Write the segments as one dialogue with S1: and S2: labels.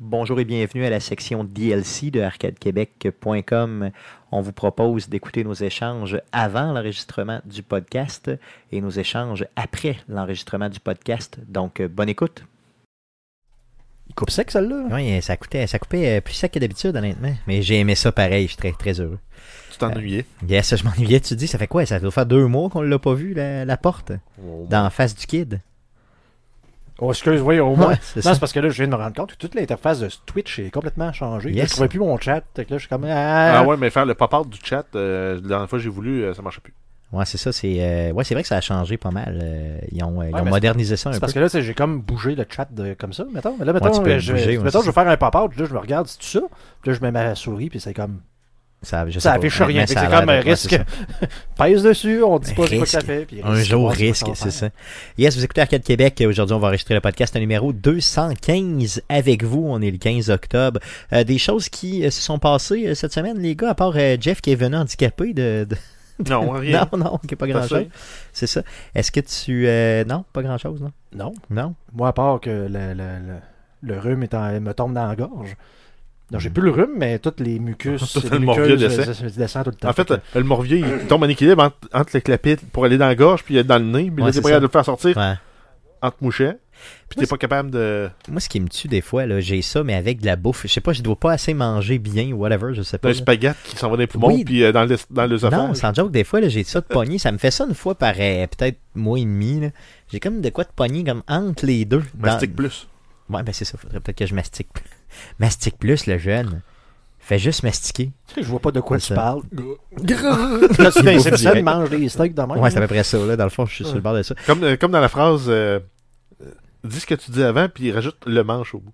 S1: Bonjour et bienvenue à la section DLC de arcadequebec.com. On vous propose d'écouter nos échanges avant l'enregistrement du podcast et nos échanges après l'enregistrement du podcast. Donc, euh, bonne écoute.
S2: Il coupe sec, celle-là?
S1: Oui, ça, coûtait, ça coupait euh, plus sec que d'habitude, honnêtement. Mais j'ai aimé ça pareil, je suis très, très heureux.
S2: Tu t'ennuyais.
S1: Yes, je m'ennuyais, tu te dis, ça fait quoi? Ça doit faire deux mois qu'on l'a pas vu, la, la porte,
S2: Oh,
S1: d'en face du kid.
S2: Oh, excuse, oui, au moins.
S1: Ouais,
S2: non,
S1: c'est
S2: c'est
S1: ça.
S2: parce que là, je viens de me rendre compte que toute l'interface de Twitch est complètement changée.
S1: Yes.
S2: Je trouvais plus mon chat. fait que là, je suis comme.
S3: Ah
S1: Euh.
S2: Ah,
S3: ouais, mais faire le pop-out du chat, euh, la dernière fois que j'ai voulu, euh, ça marchait plus.
S1: Ouais, c'est ça, c'est euh, ouais, c'est vrai que ça a changé pas mal. Euh, ils ont, euh, ils
S2: Ouais,
S1: ont
S2: mais c'est-
S1: modernisé ça un
S2: C'est
S1: peu.
S2: parce que là, tu sais, j'ai comme bougé le chat de, comme ça. Mettons, mais là, mettons,
S1: tu peux le
S2: je,
S1: bouger, ouais,
S2: mettons,
S1: c'est
S2: je vais faire un pop-out. Là, je me regarde, c'est tout ça. Puis là, je mets ma souris, puis c'est comme.
S1: Ça, je sais
S2: Ça
S1: pas,
S2: affiche
S1: honnêtement,
S2: rien. fait que
S1: ça a
S2: C'est
S1: l'air
S2: comme un
S1: d'être- ouais, c'est
S2: risque. Pèse dessus, on dit pas c'est quoi que ça
S1: Risque.
S2: fait. puis
S1: Un jour
S2: on dit pas
S1: risque,
S2: qu'on
S1: c'est
S2: fait.
S1: ça. Yes, vous écoutez Arcade Québec. Aujourd'hui, on va enregistrer le podcast numéro 215 avec vous. On est le 15 octobre. Euh, des choses qui euh, se sont passées euh, cette semaine, les gars, à part euh, Jeff qui est venu handicapé de... de-
S3: Non, rien.
S1: Non, non, qui est pas grand-chose. C'est ça. Est-ce que tu... euh, Non, pas grand-chose, non?
S2: Non.
S1: Non?
S2: Moi, à part que le, le, le, le rhume est en- me tombe dans la gorge. Donc, j'ai plus le rhume, mais toutes les mucus.
S3: Tout
S2: les
S3: le
S2: muqueuses,
S3: morbier descend.
S2: euh, ça- ça descend tout le temps.
S3: En fait,
S2: que-
S3: euh, le morvier, il tombe en équilibre entre, entre les clapites pour aller dans la gorge, puis euh, dans le nez, puis
S1: Ouais,
S3: là, t'es
S1: c'est
S3: pas
S1: ça.
S3: capable de le faire sortir
S1: Ouais.
S3: entre mouchets, puis
S1: Moi,
S3: t'es pas capable de...
S1: Moi, ce qui me tue des fois, là, j'ai ça, mais avec de la bouffe. Je sais pas, je dois pas assez manger bien ou whatever, je sais pas.
S2: Ben,
S3: d'un
S1: là.
S3: spaghette qui s'en va dans les poumons,
S1: Oui.
S3: puis euh, dans le dans
S1: Non,
S3: l'œsophage.
S1: sans joke, des fois, là, j'ai ça de pogné. Ça me fait ça une fois par euh, peut-être mois et demi. là. J'ai comme de quoi de pogné comme entre les deux. Dans-
S3: Mastique plus.
S1: Ouais, ben c'est ça. Faudrait peut-être que je mastique plus. Mastique plus, le jeune. Fais juste mastiquer.
S2: Je vois pas de quoi
S1: C'est ça.
S2: tu parles. Quand
S1: Il
S2: tu
S1: bouffe
S2: t'inceptionnes,
S1: direct.
S2: mange des steaks de même.
S1: Ouais, c'est à peu près ça. Là. Dans le fond, je suis sur le
S3: Ouais.
S1: bord de ça.
S3: Comme, euh, comme dans la phrase, euh, euh, dis ce que tu dis avant, puis rajoute le manche au bout.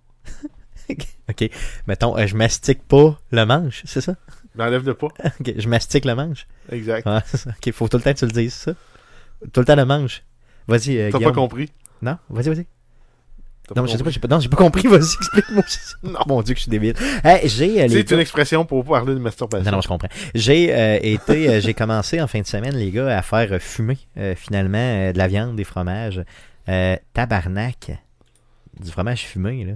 S1: OK. Mettons, euh, je mastique pas le manche, c'est ça?
S3: N'enlève-le pas.
S1: OK, je mastique le manche.
S3: Exact.
S1: Ouais, c'est ça. OK, faut tout le temps que tu le dises, ça. Tout le temps le manche. Vas-y, euh,
S3: T'as pas
S1: Guillaume.
S3: compris.
S1: Non, vas-y, vas-y.
S3: T'as
S1: Non, je sais pas,
S3: compris.
S1: j'ai pas, non, j'ai pas compris. Vas-y, explique-moi.
S3: Non.
S1: Mon Dieu, que je suis débile. Hey, j'ai euh, les
S3: C'est
S1: gars-
S3: une expression pour parler de masturbation.
S1: Non, non, je comprends. J'ai euh, été, euh, j'ai commencé en fin de semaine, les gars, à faire euh, fumer euh, finalement euh, de la viande, des fromages. Euh, tabarnak. Du fromage fumé, là.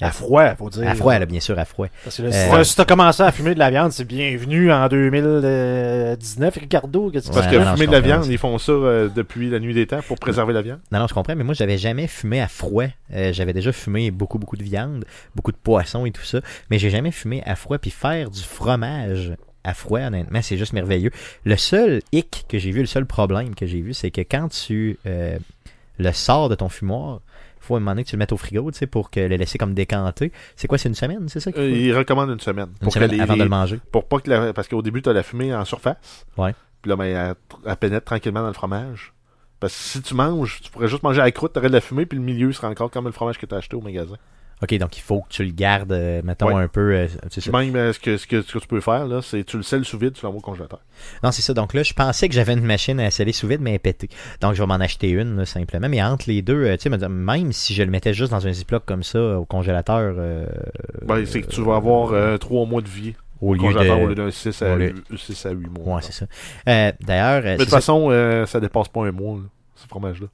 S2: À froid, faut dire.
S1: À froid, là, bien sûr, à froid.
S2: Parce que là,
S1: Euh,
S2: si t'as- si t'as commencé à fumer de la viande, c'est bienvenu en 2019. Ricardo, qu'est-ce que
S3: Parce
S1: Ouais,
S3: que
S1: non, non,
S3: fumer
S1: je
S3: de la
S1: comprends,
S3: viande,
S1: c'est-
S3: ils font ça euh, depuis la nuit des temps pour préserver la viande.
S1: Non, non, je comprends, mais moi, j'avais jamais fumé à froid. Euh, j'avais déjà fumé beaucoup, beaucoup de viande, beaucoup de poissons et tout ça, mais j'ai jamais fumé à froid. Puis faire du fromage à froid, honnêtement, c'est juste merveilleux. Le seul hic que j'ai vu, le seul problème que j'ai vu, c'est que quand tu euh, le sors de ton fumoir, faut à un moment donné que tu le mettes au frigo, tu sais, pour que le laisser comme décanter. C'est quoi, c'est une semaine, c'est ça? qu'il
S3: Euh,
S1: faut?
S3: ils recommandent une semaine.
S1: Une
S3: Pour, que
S1: semaine
S3: les-
S1: avant de le manger.
S3: pour pas que la- Parce qu'au début, tu as la fumée en surface.
S1: Ouais.
S3: Puis là, ben, elle, elle pénètre tranquillement dans le fromage. Parce que si tu manges, tu pourrais juste manger à la croûte, t'aurais de la fumée, puis le milieu sera encore comme le fromage que t'as acheté au magasin.
S1: OK, donc il faut que tu le gardes, euh, mettons,
S3: Ouais.
S1: un peu, euh, c'est ça.
S3: Puis même, euh, ce que, ce, que, ce que tu peux faire, là, c'est tu le selles sous vide, tu l'envoies au congélateur.
S1: Non, c'est ça. Donc là, je pensais que j'avais une machine à sceller sous vide, mais elle est pétée. Donc je vais m'en acheter une, là, simplement. Mais entre les deux, euh, tu sais, madame, même si je le mettais juste dans un ziploc comme ça euh, au congélateur, euh,
S3: Ben, c'est que tu vas avoir euh, trois mois de vie
S1: au
S3: au
S1: lieu
S3: congélateur au lieu
S1: de.
S3: d'un 6
S1: au
S3: à,
S1: lieu-
S3: 6 à 8 mois.
S1: Ouais, c'est ça. Euh, D'ailleurs, euh,
S3: Mais de
S1: c'est
S3: toute
S1: ça-
S3: façon, euh, ça dépasse pas un mois, là, ce fromage-là.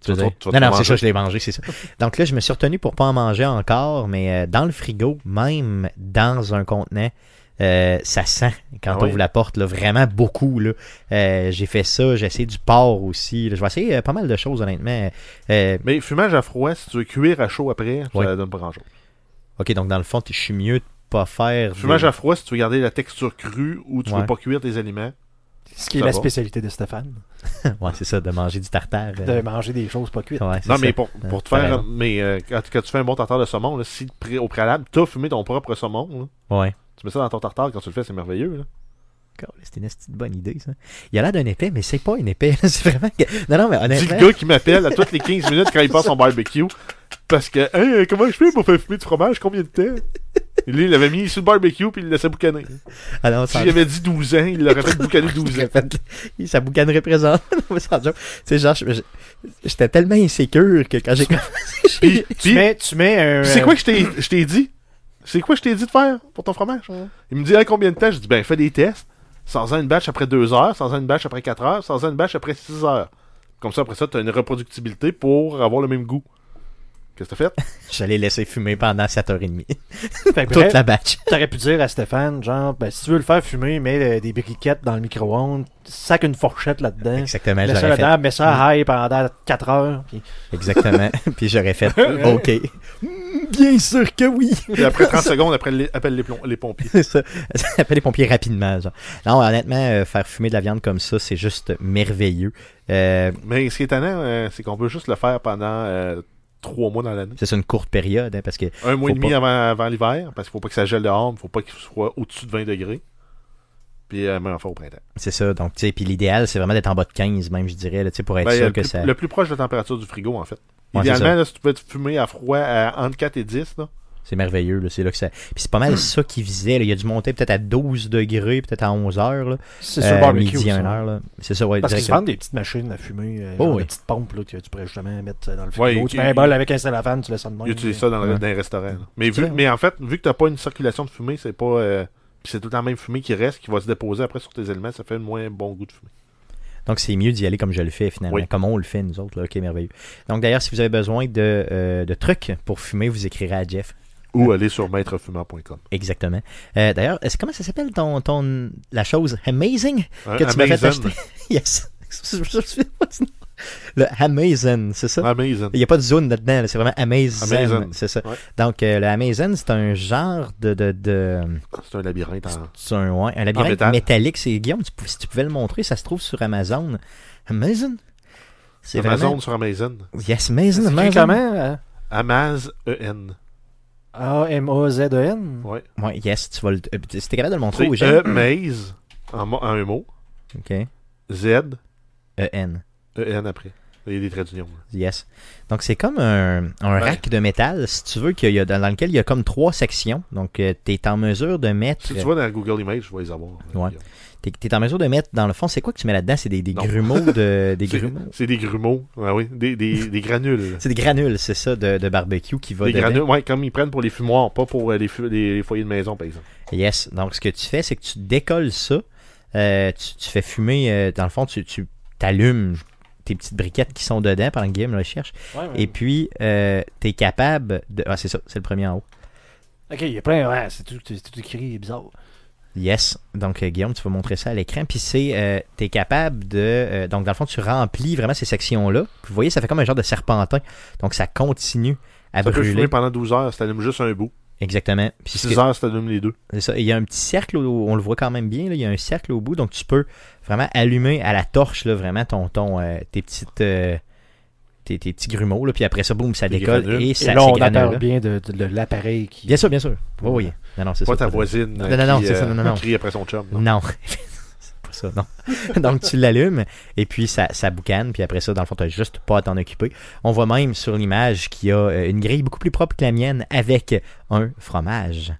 S1: tu veux
S3: vas-
S1: dire?
S3: tu vas
S1: non,
S3: te
S1: non, c'est
S3: manger.
S1: ça, je l'ai mangé, c'est ça. Donc là, je me suis retenu pour pas en manger encore, mais euh, dans le frigo, même dans un contenant, euh, ça sent quand
S3: Ah
S1: on
S3: oui?
S1: ouvre la porte, là, vraiment beaucoup. Là. Euh, j'ai fait ça, j'ai essayé du porc aussi. là. Je vais essayer euh, pas mal de choses, honnêtement. Euh,
S3: Mais fumage à froid, si tu veux cuire à chaud après,
S1: Ouais.
S3: ça donne pas grand-chose.
S1: OK, donc dans le fond, t- je suis mieux de pas faire. de-
S3: Fumage à froid, si tu veux garder la texture crue ou tu
S1: Ouais.
S3: veux pas cuire tes aliments.
S2: c'est? Ce qui est
S3: Ça
S2: la
S3: va.
S2: spécialité de Stéphane.
S1: Ouais, c'est ça, de manger du tartare. euh.
S2: De manger des choses pas cuites.
S1: Ouais, c'est
S3: Non,
S1: ça.
S3: mais pour,
S1: Euh,
S3: pour te
S1: t'as
S3: faire.
S1: raison.
S3: Mais euh, quand, quand tu fais un bon tartare de saumon, là, si pré- au préalable, t'as fumé ton propre saumon, là,
S1: Ouais.
S3: tu mets ça dans ton tartare quand tu le fais, c'est merveilleux. là.
S1: C'était une petite bonne idée, ça. Il a l'air d'un épais, mais c'est pas une épais. c'est vraiment. que- Non, non, mais
S3: Dis
S1: honnêtement.
S3: le gars qui m'appelle à toutes les 15 minutes quand il passe son barbecue. Parce que, Hein, comment je fais pour faire fumer du fromage Combien de temps Et Lui, il l'avait mis sur le barbecue puis il le laissait boucaner.
S1: Ah non, sans-
S3: Si j'avais dit 12 ans, il l'aurait fait boucaner 12 ans.
S1: Il- sa boucane représente. non, mais sans joke. Tu sais, genre, je- je- j'étais tellement insécure que quand j'ai commencé.
S3: Puis,
S2: Tu
S3: puis-
S2: mets, tu mets un.
S3: Puis c'est quoi que je t'ai- je t'ai dit? C'est quoi que je t'ai dit de faire pour ton fromage? Il me dit hey, combien de temps? Je dis ben fais des tests. Sans une batch après 2 heures, sans une batch après 4 heures, sans une batch après 6 heures. Comme ça, après ça, t'as une reproductibilité pour avoir le même goût. Qu'est-ce que t'as fait?
S1: Je l'ai laissé fumer pendant 7h30.
S2: Fait que
S1: Toute
S2: bref,
S1: la batch.
S2: t'aurais pu dire à Stéphane, genre, ben, si tu veux le faire fumer, mets euh, des briquettes dans le micro-ondes, sac une fourchette là-dedans,
S1: Exactement,
S2: laisse ça
S1: j'aurais fait.
S2: là-dedans, mets ça à high pendant 4 heures. puis-
S1: Exactement. Puis j'aurais fait OK. Mm, Bien sûr que oui.
S3: Puis après 30 secondes, après, les- appelle les, plom- les pompiers.
S1: C'est ça. Ça appelle les pompiers rapidement. genre. Non, honnêtement, euh, faire fumer de la viande comme ça, c'est juste merveilleux. Euh,
S3: Mais ce qui est étonnant, euh, c'est qu'on peut juste le faire pendant euh, trois mois dans l'année.
S1: c'est une courte période hein, parce que
S3: Un mois
S1: Faut
S3: et demi
S1: pas-
S3: avant, avant l'hiver, parce qu'il faut pas que ça gèle dehors, il faut pas qu'il soit au-dessus de 20 degrés. Puis euh, mais enfin au printemps.
S1: c'est ça. Donc, tu sais, puis l'idéal, c'est vraiment d'être en bas de 15, même, je dirais, là, tu sais, pour être
S3: Ben, le,
S1: sûr que
S3: plus,
S1: ça.
S3: le plus proche de la température du frigo, en fait.
S1: Ouais, c'est
S3: Idéalement,
S1: ça.
S3: là, si tu peux te fumer à froid à, entre 4 et 10, là,
S1: C'est merveilleux, là, c'est là que ça. Puis c'est pas mal ça qui visait. là. Il y a dû monter peut-être à 12 degrés, peut-être à 11 heures. Là,
S2: C'est
S1: Euh,
S2: sur le barbecue.
S1: midi,
S2: ça.
S1: 1 heure. là. C'est ça, ouais,
S2: Parce qu'ils se
S1: directement.
S2: vendent des petites machines à fumer, euh,
S1: Oh
S2: genre
S1: oui.
S2: des petites pompes là, que tu pourrais justement mettre euh, dans le frigo.
S3: Ouais,
S2: tu
S3: et-
S2: mets un bol avec un cellophane, tu laisses ça de même.
S3: utilise ça dans, le,
S1: Ouais.
S3: dans les restaurants. là. Mais,
S1: C'est
S3: vu,
S1: vrai.
S3: mais en fait, vu que tu n'as pas une circulation de fumée, c'est pas. euh, puis c'est tout le temps la même fumée qui reste, qui va se déposer après sur tes éléments, ça fait un moins bon goût de fumée.
S1: Donc, c'est mieux d'y aller comme je le fais finalement,
S3: Oui.
S1: comme on le fait nous autres. Là. Ok, merveilleux. Donc, d'ailleurs, si vous avez besoin de, euh, de trucs pour fumer, vous écrirez à Jeff.
S3: Ou aller sur maîtrefumant.com.
S1: Exactement. Euh, d'ailleurs, est-ce- comment ça s'appelle ton, ton la chose Amazing
S3: Hein,
S1: que tu m'as fait
S3: Amazon.
S1: acheter Yes. Je me souviens pas du nom. le Amazon, c'est ça
S3: Amazon.
S1: Il n'y a pas de zone là-dedans, là, c'est vraiment Amazon.
S3: Amazon.
S1: C'est ça.
S3: Ouais.
S1: Donc, euh, le Amazon, c'est un genre de. de, de
S3: C'est un labyrinthe hein. en.
S1: c'est un, ouais, un labyrinthe
S3: métal.
S1: métallique. C'est Guillaume, tu pou- si tu pouvais le montrer, ça se trouve sur Amazon. Amazon C'est
S3: Amazon
S1: vraiment.
S3: sur Amazon.
S1: Yes, Amazon.
S2: C'est écrit
S1: Amazon.
S2: comment euh,
S3: Amaz E-N.
S2: E A-M-A-Z-E-N
S3: Ouais.
S1: Ouais, yes, tu vas le. euh, Si t'es capable de le montrer
S3: C'est
S1: aux gens.
S3: E maze en, mo- en un mot.
S1: Ok. E
S3: Z
S1: E-N.
S3: E-N après. Il y a des traits d'union. là.
S1: Yes. Donc, c'est comme un, un rack de métal, si tu veux, qu'il y a, dans, dans lequel il y a comme trois sections. Donc, tu es en mesure de mettre.
S3: Si tu vois dans Google Images, je vais les avoir. là,
S1: Ouais.
S3: Guillaume.
S1: T'es t'es en mesure de mettre, dans le fond, c'est quoi que tu mets là-dedans C'est des, des
S3: Non.
S1: grumeaux de. Des
S3: C'est-
S1: grumeaux.
S3: C'est des grumeaux. Ah oui. Des, des, des granules.
S1: C'est des granules, c'est ça, de, de barbecue qui va
S3: Des
S1: dedans.
S3: granules, ouais, comme ils prennent pour les fumoirs, pas pour euh, les, fu- les- les foyers de maison, par exemple.
S1: Yes. Donc, ce que tu fais, c'est que tu décolles ça. euh, tu, tu fais fumer. euh, dans le fond, tu, tu t'allumes tes petites briquettes qui sont dedans pendant que Guillaume le cherche. Et puis, euh, t'es capable de. Ah, c'est ça, c'est le premier en haut.
S2: Ok, il y a plein, ouais, c'est tout, c'est tout écrit, bizarre.
S1: Yes. Donc, euh, Guillaume, tu vas montrer ça à l'écran. Puis, c'est. euh, t'es capable de. euh, donc, dans le fond, tu remplis vraiment ces sections-là. Puis, Vous voyez, ça fait comme un genre de serpentin. Donc, ça continue à
S3: Ça peut
S1: brûler.
S3: fumer pendant 12 heures, ça allume juste un bout.
S1: Exactement. Puis, ce que-
S3: 6 heures, ça allume les deux.
S1: C'est ça. Et Il y a un petit cercle, au- on le voit quand même bien, là, il y a un cercle au bout, donc tu peux vraiment allumer à la torche, là, vraiment ton, ton, euh, tes, petites, euh, tes, tes petits grumeaux, là, puis après ça, boum, ça
S3: Les
S1: décolle
S3: granules.
S1: et
S2: Et
S1: ça hein?
S2: là, on
S1: ces
S2: en
S1: granules-là.
S2: parle bien de, de- de l'appareil qui.
S1: Bien sûr, bien sûr. Oui, oui. Non, non, c'est
S3: Pas
S1: ça,
S3: ta
S1: pas de-
S3: voisine
S1: Non,
S3: euh,
S1: non, non,
S3: qui,
S1: c'est ça,
S3: euh,
S1: non, non, non.
S3: crie après son chum. non?
S1: Non. c'est pas ça, non. Donc tu l'allumes et puis ça, ça boucane, puis après ça, dans le fond, t'as juste pas à t'en occuper. On voit même sur l'image qu'il y a euh, une grille beaucoup plus propre que la mienne avec un fromage.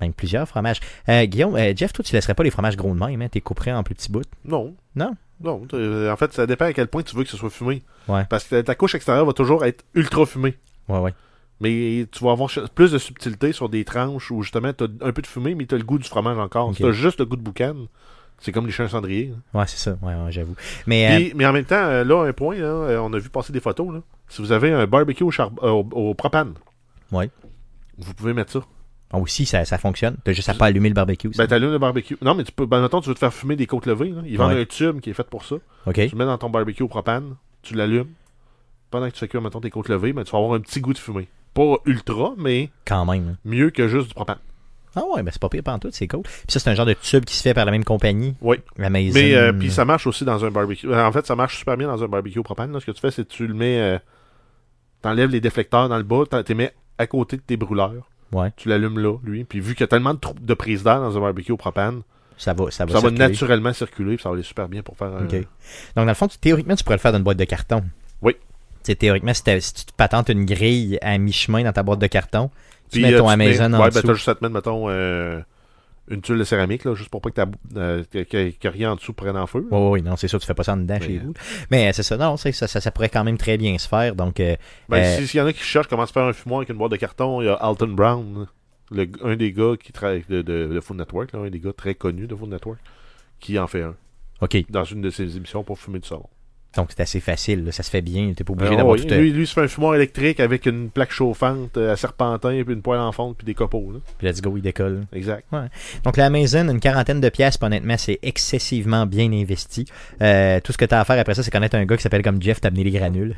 S1: Même plusieurs fromages. Euh, Guillaume, euh, Jeff, toi, tu laisserais pas les fromages gros de même, hein? T'es couperais en plus petits bouts.
S3: Non.
S1: Non?
S3: Non, t'as- euh, en fait, ça dépend à quel point tu veux que ce soit fumé.
S1: Ouais.
S3: Parce que ta couche extérieure va toujours être ultra fumée.
S1: Ouais, ouais.
S3: Mais tu vas avoir ch- plus de subtilité sur des tranches où justement t'as un peu de fumée, mais t'as le goût du fromage encore.
S1: Ok.
S3: Si t'as juste le goût de boucan, c'est comme les chiens cendriers. hein.
S1: Ouais, c'est ça. Ouais, ouais, j'avoue. Mais, euh,
S3: Puis- mais en même temps, euh, là, un point, là, euh, on a vu passer des photos. Là. Si vous avez un barbecue au, char- euh, au- au propane,
S1: Ouais.
S3: vous pouvez mettre ça.
S1: aussi, ça, ça fonctionne. T'as juste à pas allumer le barbecue. ça.
S3: Ben, t'allumes le barbecue. Non, mais tu peux. Ben, mettons, tu veux te faire fumer des côtes levées. là. Ils vendent
S1: Ouais.
S3: un tube qui est fait pour ça.
S1: OK.
S3: Tu le mets dans ton barbecue au propane, tu l'allumes. Pendant que tu fais cuire, mettons, tes côtes levées, ben, tu vas avoir un petit goût de fumée. Pas ultra, mais
S1: Quand même. hein.
S3: mieux que juste du propane.
S1: Ah ouais, ben c'est pas pire pantoute, c'est cool. Puis ça, c'est un genre de tube qui se fait par la même compagnie.
S3: Oui.
S1: La maison.
S3: Mais euh, puis ça marche aussi dans un barbecue. Euh, En fait, ça marche super bien dans un barbecue au propane. là. Ce que tu fais, c'est que tu le mets. euh, T'enlèves les déflecteurs dans le bas, t'en- t'es mets à côté de tes brûleurs.
S1: Ouais.
S3: Tu l'allumes là, lui. Puis vu qu'il y a tellement de, trou- de prises d'air dans un barbecue au propane,
S1: Ça va, ça va.
S3: ça va
S1: Ah, ben, circuler.
S3: naturellement circuler, puis ça va aller super bien pour faire un.
S1: OK. Donc, dans le fond, tu- théoriquement, tu pourrais le faire dans une boîte de carton.
S3: Oui.
S1: C'est théoriquement, si, t'as- si tu te patentes une grille à mi-chemin dans ta boîte de carton, tu
S3: Puis,
S1: mets
S3: euh,
S1: ton
S3: te
S1: Amazon
S3: mets-
S1: en
S3: ouais, ben,
S1: dessous.
S3: t'as juste à te mettre, mettons, euh, une tuile de céramique, là, juste pour pas que, ta bou- euh, que- que- que rien en dessous prenne en feu.
S1: Oui, oui, non, c'est sûr, tu fais pas ça en dedans
S3: Mais-
S1: chez vous. Mais euh, c'est ça, non, c'est- ça, ça, ça pourrait quand même très bien se faire. Donc, euh,
S3: Ben,
S1: Euh,
S3: si- S'il y en a qui cherchent comment se faire un fumoir avec une boîte de carton, il y a Alton Brown, le g- un des gars qui travaille de, de- de Food Network, là, un des gars très connus de Food Network, qui en fait un
S1: OK.
S3: dans une de ses émissions pour fumer du savon.
S1: Donc c'est assez facile, là, ça se fait bien, t'es pas obligé
S3: Ah,
S1: d'avoir
S3: oui.
S1: tout. euh,
S3: lui, lui, il se fait un fumoir électrique avec une plaque chauffante euh, à serpentin, puis une poêle en fonte, puis des copeaux. là.
S1: Let's go, il décolle.
S3: Exact.
S1: Donc la maison, une quarantaine de pièces, puis honnêtement, c'est excessivement bien investi. Euh, tout ce que t'as à faire après ça, c'est connaître un gars qui s'appelle comme Jeff, t'amener les granules,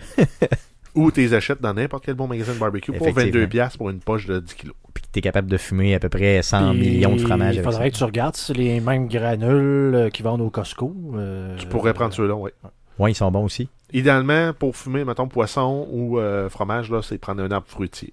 S3: Ou tu les achètes dans n'importe quel bon magasin de barbecue pour
S1: Effectivement.
S3: 22$ piastres pour une poche de 10 kilos.
S1: puis t'es capable de fumer à peu près 100
S2: Puis,
S1: millions de fromages.
S2: Il
S1: avec ça.
S2: faudrait que tu regardes si c'est les mêmes granules euh, qu'ils vendent au Costco. euh,
S3: Tu pourrais prendre ceux-là, oui.
S1: Ouais, ils sont bons aussi.
S3: Idéalement, pour fumer, mettons, poisson ou euh, fromage, là, c'est prendre un arbre fruitier.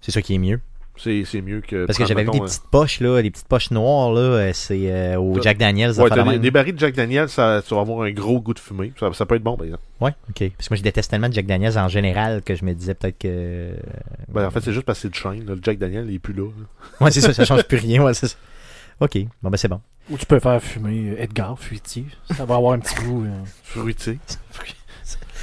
S1: C'est ça qui est mieux.
S3: C'est c'est mieux que.
S1: Parce que
S3: prendre,
S1: j'avais vu des
S3: Euh, mettons,
S1: petites poches, là, des petites poches noires, là, euh, c'est euh, au
S3: T'as-
S1: Jack Daniels.
S3: un- Ouais,
S1: affaire de
S3: t'as des,
S1: même.
S3: des barils de Jack Daniel, ça, tu vas avoir un gros goût de fumée. Ça, ça peut être bon, par exemple.
S1: Ouais, ok. Parce que moi, je déteste tellement Jack Daniels en général que je me disais peut-être que.
S3: Ben, en fait, c'est juste parce que c'est de chaîne. là. Le Jack Daniel, il est plus là. là.
S1: Ouais, c'est ça, ça change plus rien. Ouais, c'est ça. Ok, bon, ben c'est bon.
S2: Ou tu peux faire fumer Edgar Fuitier. Ça va avoir un petit goût. euh,
S3: Fruitier.
S1: Fruit-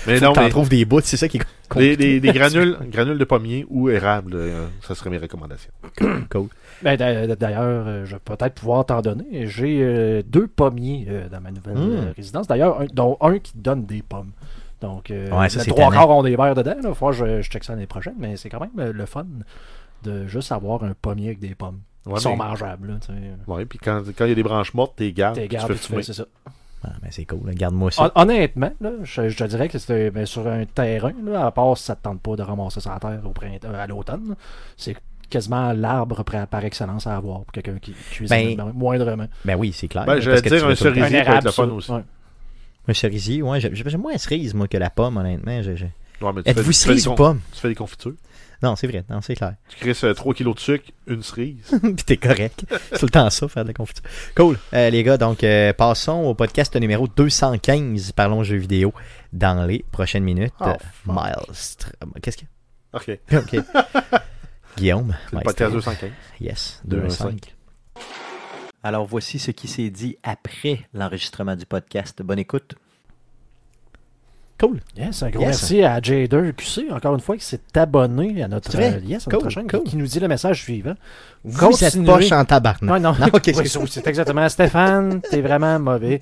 S3: Mais
S1: Faut
S3: non,
S1: que t'en
S3: mais
S1: trouves des bouts, c'est ça qui est
S3: des,
S1: compliqué.
S3: des- des granules, granules de pommier ou érable, euh, ça serait mes recommandations.
S1: Cool.
S2: Ben, d'a- D'ailleurs, euh, je vais peut-être pouvoir t'en donner. J'ai euh, deux pommiers euh, dans ma nouvelle
S1: Hmm.
S2: euh, résidence. D'ailleurs, un- dont un qui donne des pommes. Donc, euh,
S1: Ouais, ça,
S2: les
S1: c'est
S2: trois
S1: tannant.
S2: quarts ont des verres dedans. Là. Faut que je, je check ça l'année prochaine, mais c'est quand même euh, le fun de juste avoir un pommier avec des pommes.
S3: Ouais,
S2: qui sont
S3: mais-
S2: mangeables. Là, tu sais.
S3: ouais, puis quand quand il y a des branches mortes, t'es gardes,
S2: T'es
S3: tu
S2: garde,
S3: fais
S2: tu fais,
S3: fumer.
S2: c'est ça.
S1: Ah, ben c'est cool, là. garde-moi ça.
S3: Ah.
S2: Hon- Honnêtement, là, je, je te dirais que c'était ben, sur un terrain, là, à part si ça te tente pas de ramasser sa terre au printemps, euh, à l'automne, c'est quasiment l'arbre par, par excellence à avoir pour quelqu'un qui cuisine
S1: Ben,
S2: mo- moindrement.
S1: Ben oui, c'est clair.
S3: Ben,
S1: là, parce
S3: j'allais
S1: que
S3: dire
S1: tu veux
S3: un
S1: tout le temps-
S3: cerisier. peut être le fun
S2: ça,
S3: aussi.
S2: ouais.
S1: Un cerisier, ouais. j'ai- J'aime moins la cerise, moi, que la pomme, honnêtement. je- je-
S3: Ouais, mais tu fais-
S1: Êtes-vous
S3: tu fais des
S1: cerise ou
S3: con-
S1: pomme?
S3: Tu fais des confitures.
S1: Non, c'est vrai, non, c'est clair.
S3: Tu crisses euh, 3 kilos de sucre, une cerise.
S1: Puis t'es correct. C'est le temps ça, faire de la confiture. Cool. Euh, les gars, donc euh, passons au podcast numéro 215, parlons jeux vidéo, dans les prochaines minutes.
S3: Oh, fuck.
S1: Maelstr- Qu'est-ce qu'il
S3: OK. C'est
S1: y a? Ok. Guillaume.
S3: le
S1: Maelstr-
S3: podcast 215.
S1: Yes,
S3: 215.
S1: 215. Alors voici ce qui s'est dit après l'enregistrement du podcast. Bonne écoute. Cool.
S2: Yes, un gros
S1: Yes.
S2: merci à J2QC, encore une fois, qui s'est abonné à notre,
S1: C'est vrai?
S2: euh, yes, à
S1: Cool,
S2: notre chaîne,
S1: cool.
S2: qui nous dit le message suivant.
S1: Vous êtes poche en tabarnak.
S2: Non, non,
S1: Non, ok.
S2: Oui, c'est c'est exactement Stéphane, t'es vraiment mauvais.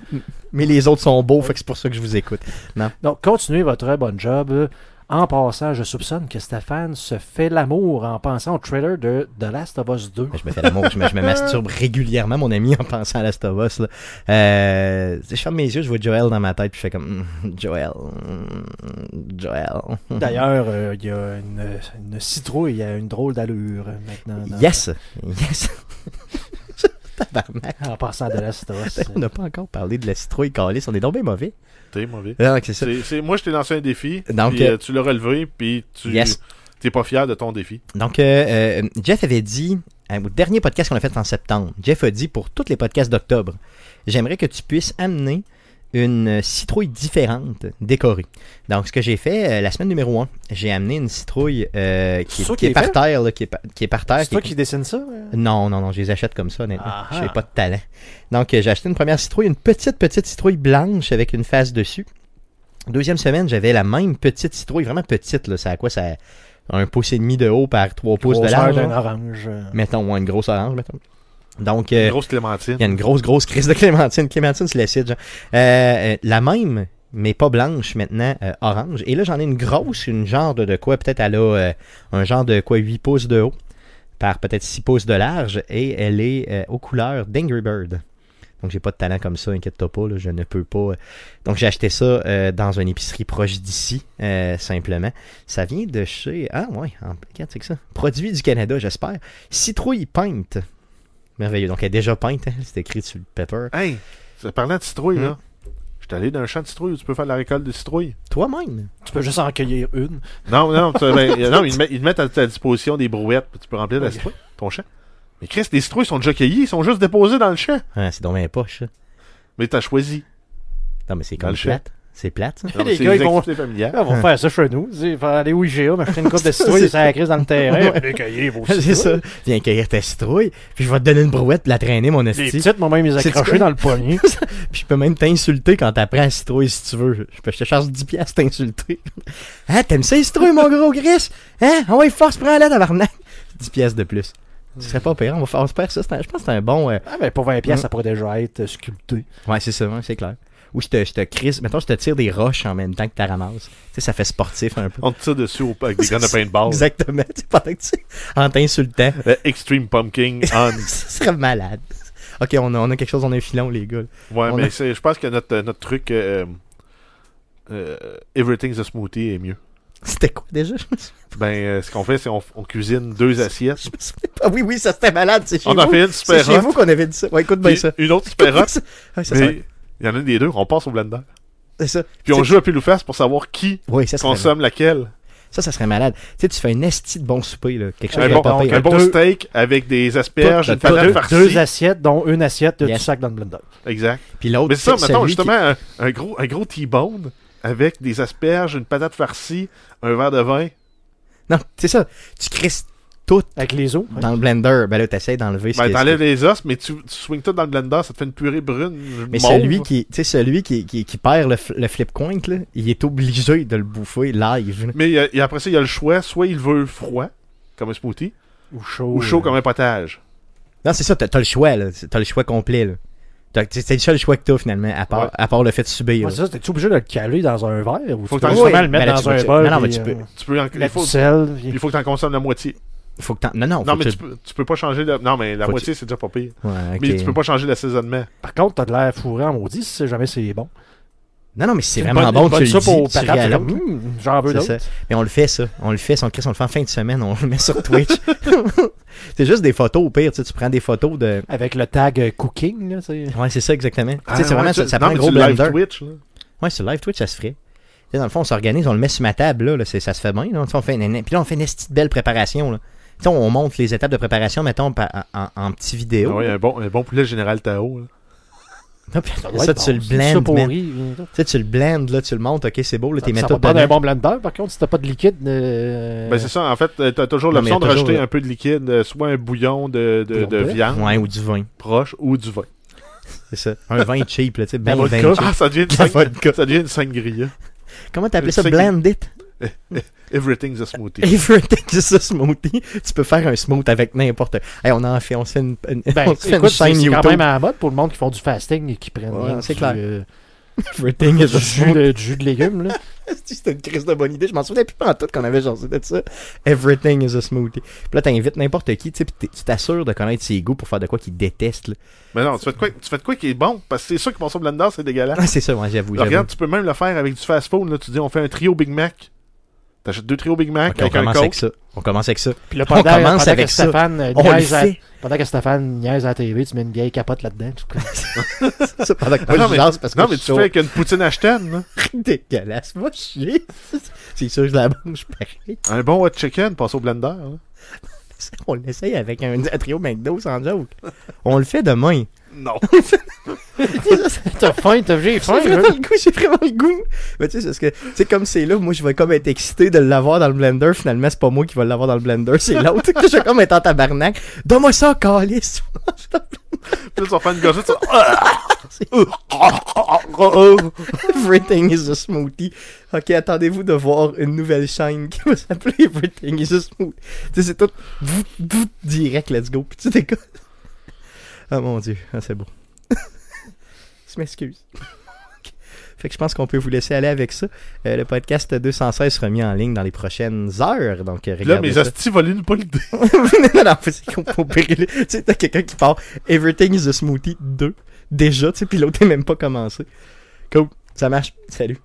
S1: Mais les autres sont beaux, fait que c'est pour ça que je vous écoute. Non.
S2: Donc, continuez votre bon job. En passant, je soupçonne que Stéphane se fait l'amour en pensant au trailer de The Last of Us 2.
S1: Je me fais l'amour, je me, je me masturbe régulièrement, mon ami, en pensant à Last of Us, là. Euh, je ferme mes yeux, je vois Joel dans ma tête, puis je fais comme Hmm, Joel, hmm, Joel.
S2: D'ailleurs, euh, il y a une, une citrouille à une drôle d'allure euh, maintenant. dans-
S1: Yes, yes. Tabarnak.
S2: En passant à The Last of Us.
S1: On n'a pas encore parlé de la citrouille calice, on est tombé mauvais.
S3: T'es mauvais.
S1: Non, c'est ça.
S3: C'est- c'est- moi, je t'ai lancé un défi.
S1: Donc,
S3: puis,
S1: euh,
S3: euh, tu l'as relevé, puis tu
S1: Yes.
S3: t'es pas fier de ton défi.
S1: Donc, euh, euh, Jeff avait dit, euh, au dernier podcast qu'on a fait en septembre, Jeff a dit pour tous les podcasts d'octobre, j'aimerais que tu puisses amener une citrouille différente décorée. Donc, ce que j'ai fait euh, la semaine numéro 1, j'ai amené une citrouille euh, qui,
S2: C'est ça
S1: qui est
S2: qu'il
S1: par
S2: fait?
S1: terre, là, qui, est par, qui est par terre.
S2: C'est toi
S1: qui est-
S2: qui dessine ça? hein?
S1: Non, non, non, je les achète comme ça, honnêtement.
S2: Ah ah.
S1: J'ai pas de talent. Donc, euh, j'ai acheté une première citrouille, une petite, petite citrouille blanche avec une face dessus. Deuxième semaine, j'avais la même petite citrouille, vraiment petite, là. C'est à quoi ça. Un pouce et demi de haut par trois pouces de
S2: Grosseur
S1: large.
S2: d'un
S1: là.
S2: orange. euh.
S1: Mettons, ouais, une grosse orange, mettons. Donc, euh,
S3: Une grosse clémentine.
S1: il y a une grosse, grosse crise de clémentine. Clémentine, c'est l'acide, genre. Euh, euh, la même, mais pas blanche maintenant, euh, orange. Et là, j'en ai une grosse, une genre de, de quoi, peut-être elle a euh, un genre de quoi, 8 pouces de haut, par peut-être 6 pouces de large, et elle est euh, aux couleurs d'Angry Bird. Donc, j'ai pas de talent comme ça, inquiète-toi pas, là, je ne peux pas. Donc, j'ai acheté ça euh, dans une épicerie proche d'ici, euh, simplement. Ça vient de chez. Ah, ouais, en... regarde, c'est que ça. Produit du Canada, j'espère. Citrouille peinte. Merveilleux. Donc, elle est déjà peinte. hein. C'est écrit sur le paper.
S3: Hey, ça- parlant de citrouille,
S1: Hmm.
S3: là. Je suis allé dans un champ de citrouille où tu peux faire de la récolte de citrouilles.
S1: Toi-même.
S2: Tu peux juste en cueillir une.
S3: Non, non, tu- ben, euh, non ils, te mettent, ils te mettent à ta disposition des brouettes, puis tu peux remplir de la
S2: Ok.
S3: citrouille, ton champ. Mais Chris, les citrouilles sont déjà cueillies, ils sont juste déposés dans le champ.
S1: Ah, c'est dans mes poches. ça.
S3: Mais t'as choisi.
S1: Non, mais c'est
S3: Dans
S1: comme
S3: le chien.
S1: plate. C'est plate, ça.
S3: Non, mais
S2: Les
S3: c'est
S2: gars,
S3: des
S2: ils vont-
S3: activités familiales.
S2: Là, on
S1: Hein.
S2: va faire ça chez nous. Il va aller au IGA, m'acheter une coupe de citrouille et ça la crise dans le terrain. Allez cueillir vos
S1: C'est
S2: citrouilles.
S1: ça. Viens cueillir ta citrouille, puis je vais te donner une brouette, puis la traîner, mon
S2: Les
S1: esti.
S2: petites, moi-même, ils
S1: C'est-tu
S2: accrochés
S1: quoi?
S2: dans le poignet.
S1: Puis je peux même t'insulter quand t'apprends la citrouille si tu veux. Je, peux- je te charge 10 piastres t'insulter. hein, t'aimes ça, les citrouilles, mon gros Chris? Hein? Ah ouais, force, prends-la, tabarnak. 10 piastres de plus. Ce serait pas pire, on va faire on se perd ça. c'est un- Je pense que c'est un bon. euh,
S2: Ah, mais pour 20 pièces,
S1: Mm.
S2: ça pourrait déjà être euh, sculpté.
S1: Ouais, c'est ça, ouais, c'est clair. où je te, je te crisse, mettons, je te tire des roches en même temps que tu ramasses. Tu sais, ça fait sportif un peu.
S3: On te tire dessus au- avec des guns de paintball.
S1: Exactement. Tu sais, pendant que tu, en t'insultant,
S3: Euh, Extreme Pumpkin on.
S1: ça serait malade. Ok, on a, on a quelque chose, on a un filon, les gars.
S3: Ouais,
S1: On
S3: mais
S1: a-
S3: c'est- je pense que notre, euh, notre truc euh, euh, Everything's a smoothie est mieux.
S1: C'était quoi déjà? Je me souviens-
S3: Ben, euh, ce qu'on fait, c'est on, on cuisine deux assiettes.
S1: je me souviens pas. Ah Oui, oui, ça c'était malade. C'est chez
S3: On
S1: vous.
S3: a fait une super
S1: C'est chez
S3: hot,
S1: vous qu'on avait dit ça. Ouais, écoute bien
S3: puis
S1: ça.
S3: une autre super hot,
S1: Ouais, ça,
S3: mais il y en a une des deux, on passe au blender.
S1: c'est ça.
S3: Puis on
S1: C'est-
S3: joue à pile ou face pour savoir qui
S1: Oui, ça serait,
S3: consomme laquelle.
S1: ça, ça serait malade. Tu sais, tu fais un esti de bon souper, là. Quelque chose
S3: Un
S1: de
S3: bon,
S1: pas pire.
S3: un bon
S2: Deux-
S3: steak avec des asperges,
S1: Tout-
S3: une patate
S2: Deux,
S3: farcie.
S2: deux assiettes, dont une assiette de
S1: Yes.
S2: du sac dans le blender.
S3: Exact.
S1: Puis l'autre,
S3: Mais c'est ça,
S1: c'est
S3: mettons,
S1: celui
S3: justement, un, un gros, un gros T-bone avec des asperges, une patate farcie, un verre de vin.
S1: Qui... Non, c'est ça. Tu crisses
S2: Avec les os. hein.
S1: dans le blender. Ben là, t'essayes d'enlever ce
S3: Ben,
S1: qui-
S3: t'enlèves les os, mais tu, tu swings tout dans le blender, ça te fait une purée brune.
S1: Mais
S3: mauve.
S1: celui qui, tu sais, celui qui, qui, qui perd le, f- le flip coin, là, il est obligé de le bouffer live. là.
S3: Mais il y a- il y a- après ça, il y a le choix. Soit il veut froid, comme un smoothie,
S2: Ou chaud.
S3: ou chaud
S2: euh,
S3: comme un potage.
S1: Non, c'est ça, t'as, t'as le choix, là. C'est- T'as le choix complet, là. T'as- c'est c'est le seul choix que t'as, finalement, à part,
S3: Ouais.
S1: à part le fait de subir. là.
S2: Ouais, c'est ça, t'es-tu obligé de le caler dans un verre ou
S3: Faut que
S2: tu peux
S3: t'en-
S2: justement
S1: Oui,
S2: le mettre
S1: mais là, tu
S2: dans
S1: peux-
S2: un
S1: tu-
S2: bol?
S1: non, non, mais
S2: puis,
S1: tu peux-
S2: euh,
S3: Tu peux en- il,
S2: mettre
S3: faut,
S2: du sel. puis-
S3: il faut que t'en consommes la moitié.
S1: Faut que t'en- Non, non,
S3: non,
S1: faut
S3: mais
S1: que
S3: tu peux, tu peux pas changer la... Non, mais la
S1: Faut que
S3: moitié, c'est déjà pas pire.
S1: Ouais, ok.
S3: Mais tu peux pas changer l'assaisonnement.
S2: Par contre, t'as de l'air fourré en maudit si jamais c'est bon.
S1: Non, non, mais c'est
S2: Une
S1: vraiment
S2: bonne-
S1: bon,
S2: une
S1: tu
S2: bonne
S1: le
S2: soupe
S1: dis,
S2: aux
S1: tu
S2: patates, c'est
S1: réalises.
S2: comme, Hum, j'en veux
S1: C'est
S2: d'autres.
S1: ça. Mais on le fait, ça. On le fait, son Chris, on le fait en fin de semaine, on le met sur Twitch. c'est juste des photos, au pire, tu sais, tu prends des photos de.
S2: Avec le tag euh, cooking, là, c'est...
S1: Ouais, c'est ça, exactement. Tu sais,
S3: Ah,
S1: c'est
S3: ouais,
S1: vraiment,
S3: tu-
S1: ça, ça
S3: non,
S1: prend un
S3: mais
S1: gros
S3: tu live
S1: blender.
S3: Twitch, là.
S1: Ouais, sur live Twitch, ça se ferait. Tu sais, dans le fond, on s'organise, on le met sur ma table, là, là, c'est- ça se fait bien. Là, Tu sais, on fait une, puis là, on fait une petite belle préparation. Là. Tu sais, on monte les étapes de préparation, mettons, par- en, en, en petite vidéo.
S3: Ah ouais, un, bon, un bon poulet général Tao. là.
S1: Non, Ah, puis
S2: Ça
S1: après
S2: doit
S1: ça,
S2: être
S1: tu
S2: bon,
S1: le
S2: c'est du
S1: blends,
S2: saupourri,
S1: man. Tu
S2: euh, tout.
S1: sais, tu le blends, là, tu le montes, ok, c'est beau, là, t'es mets
S2: Ça
S1: tout
S2: va prendre un
S1: dedans.
S2: bon blender, par contre, si t'as pas de liquide... euh,
S3: Ben, c'est ça, en fait, euh, t'as toujours
S1: Non, mais
S3: l'option
S1: il y
S3: de
S1: a toujours,
S3: rajouter
S1: euh,
S3: un peu de liquide, euh, soit un bouillon de, de,
S2: Bouillon
S3: de
S2: de bœuf.
S3: viande
S1: Ouais, ou du vin,
S3: proche ou du vin.
S1: c'est ça. Un vin cheap, là, tu sais, ben,
S2: La
S1: vin
S2: vodka.
S1: cheap.
S3: Ah, ça devient une,
S1: La
S3: sang- ça devient une sangria.
S1: Comment t'appelais ça,
S3: Tu sais que-
S1: blend it?
S3: Everything's a smoothie.
S1: Everything is a smoothie. Tu peux faire un smooth avec n'importe. Hey, on en fait, on se fait une, une-
S2: Ben,
S1: on se fait une
S2: écoute, c'est
S1: chaîne
S2: c'est quand
S1: YouTube.
S2: même à la mode pour le monde qui font du fasting et qui prennent
S1: Ouais,
S2: rien
S1: c'est
S2: du,
S1: clair.
S2: euh,
S1: Everything
S2: du
S1: is a
S2: jus,
S1: smoothie.
S2: de, du jus de légumes. Là.
S1: C'était une crise de bonne idée. Je m'en souvenais plus pas tout qu'on avait jasé de ça. Everything is a smoothie. Puis là, t'invites n'importe qui, tu sais, puis t'es- tu t'assures de connaître ses goûts pour faire de quoi qu'il déteste. là.
S3: Mais non, tu fais de quoi, tu fais de quoi qui est bon? Parce que c'est sûr que mon blender, c'est dégueulasse.
S1: Ah, c'est ça, moi, j'avoue.
S3: Alors,
S1: j'avoue.
S3: regarde, tu peux même le faire avec du fast food. Là. Tu dis, on fait un trio Big Mac. T'achètes deux trios Big Mac
S1: Ok, on
S3: avec un
S1: commence avec
S3: coke.
S1: ça. On commence avec ça.
S2: Puis là,
S1: On
S2: pendant,
S1: commence
S2: pendant
S1: avec
S2: que
S1: ça.
S2: Stéphane, euh,
S1: On le
S2: niaise à-
S1: fait.
S2: pendant que Stéphane niaise à la TV, tu mets une vieille capote là-dedans. tu-
S1: C'est ça, pendant que
S3: Ah,
S1: moi,
S3: non,
S1: je
S3: mais,
S1: jase parce que
S3: non,
S1: je
S3: mais
S1: suis
S3: tu fais avec une poutine Ashton. là.
S1: dégueulasse. Moi, chier. C'est sûr que je la mange pareil.
S3: Un bon hot chicken passe au blender. hein. là.
S1: On l'essaye avec un, un trio McDo sans joke. On le fait demain.
S3: Non.
S2: t'as faim, t'as j'ai faim.
S1: J'ai
S2: là.
S1: vraiment le goût, j'ai vraiment le goût. Mais tu sais, c'est parce que, tu sais, comme c'est là, moi, je vais comme être excité de l'avoir dans le blender. Finalement, c'est pas moi qui vais l'avoir dans le blender, c'est l'autre. je vais comme être en tabarnak. Donne-moi ça, calice.
S3: Puis là, tu vas Euh, ah, faire une gorgée. Tu... ah,
S1: Oh, Everything is a smoothie. Ok, attendez-vous de voir une nouvelle chaîne qui va s'appeler Everything is a smoothie. Tu sais, c'est tout vout, vout, direct, let's go. Puis tu décolles. Ah mon dieu, ah, c'est beau. je m'excuse. fait que je pense qu'on peut vous laisser aller avec ça. Euh, le podcast 216 sera mis en ligne dans les prochaines heures. Donc, euh,
S3: Puis là,
S1: regardez
S3: mes
S1: ça.
S3: hosties volent une bonne idée.
S1: non, non, c'est qu'on peut brûler. Tu sais, t'as quelqu'un qui part Everything is a smoothie 2 déjà, tu sais, puis l'autre est même pas commencé. Cool, ça marche. Salut.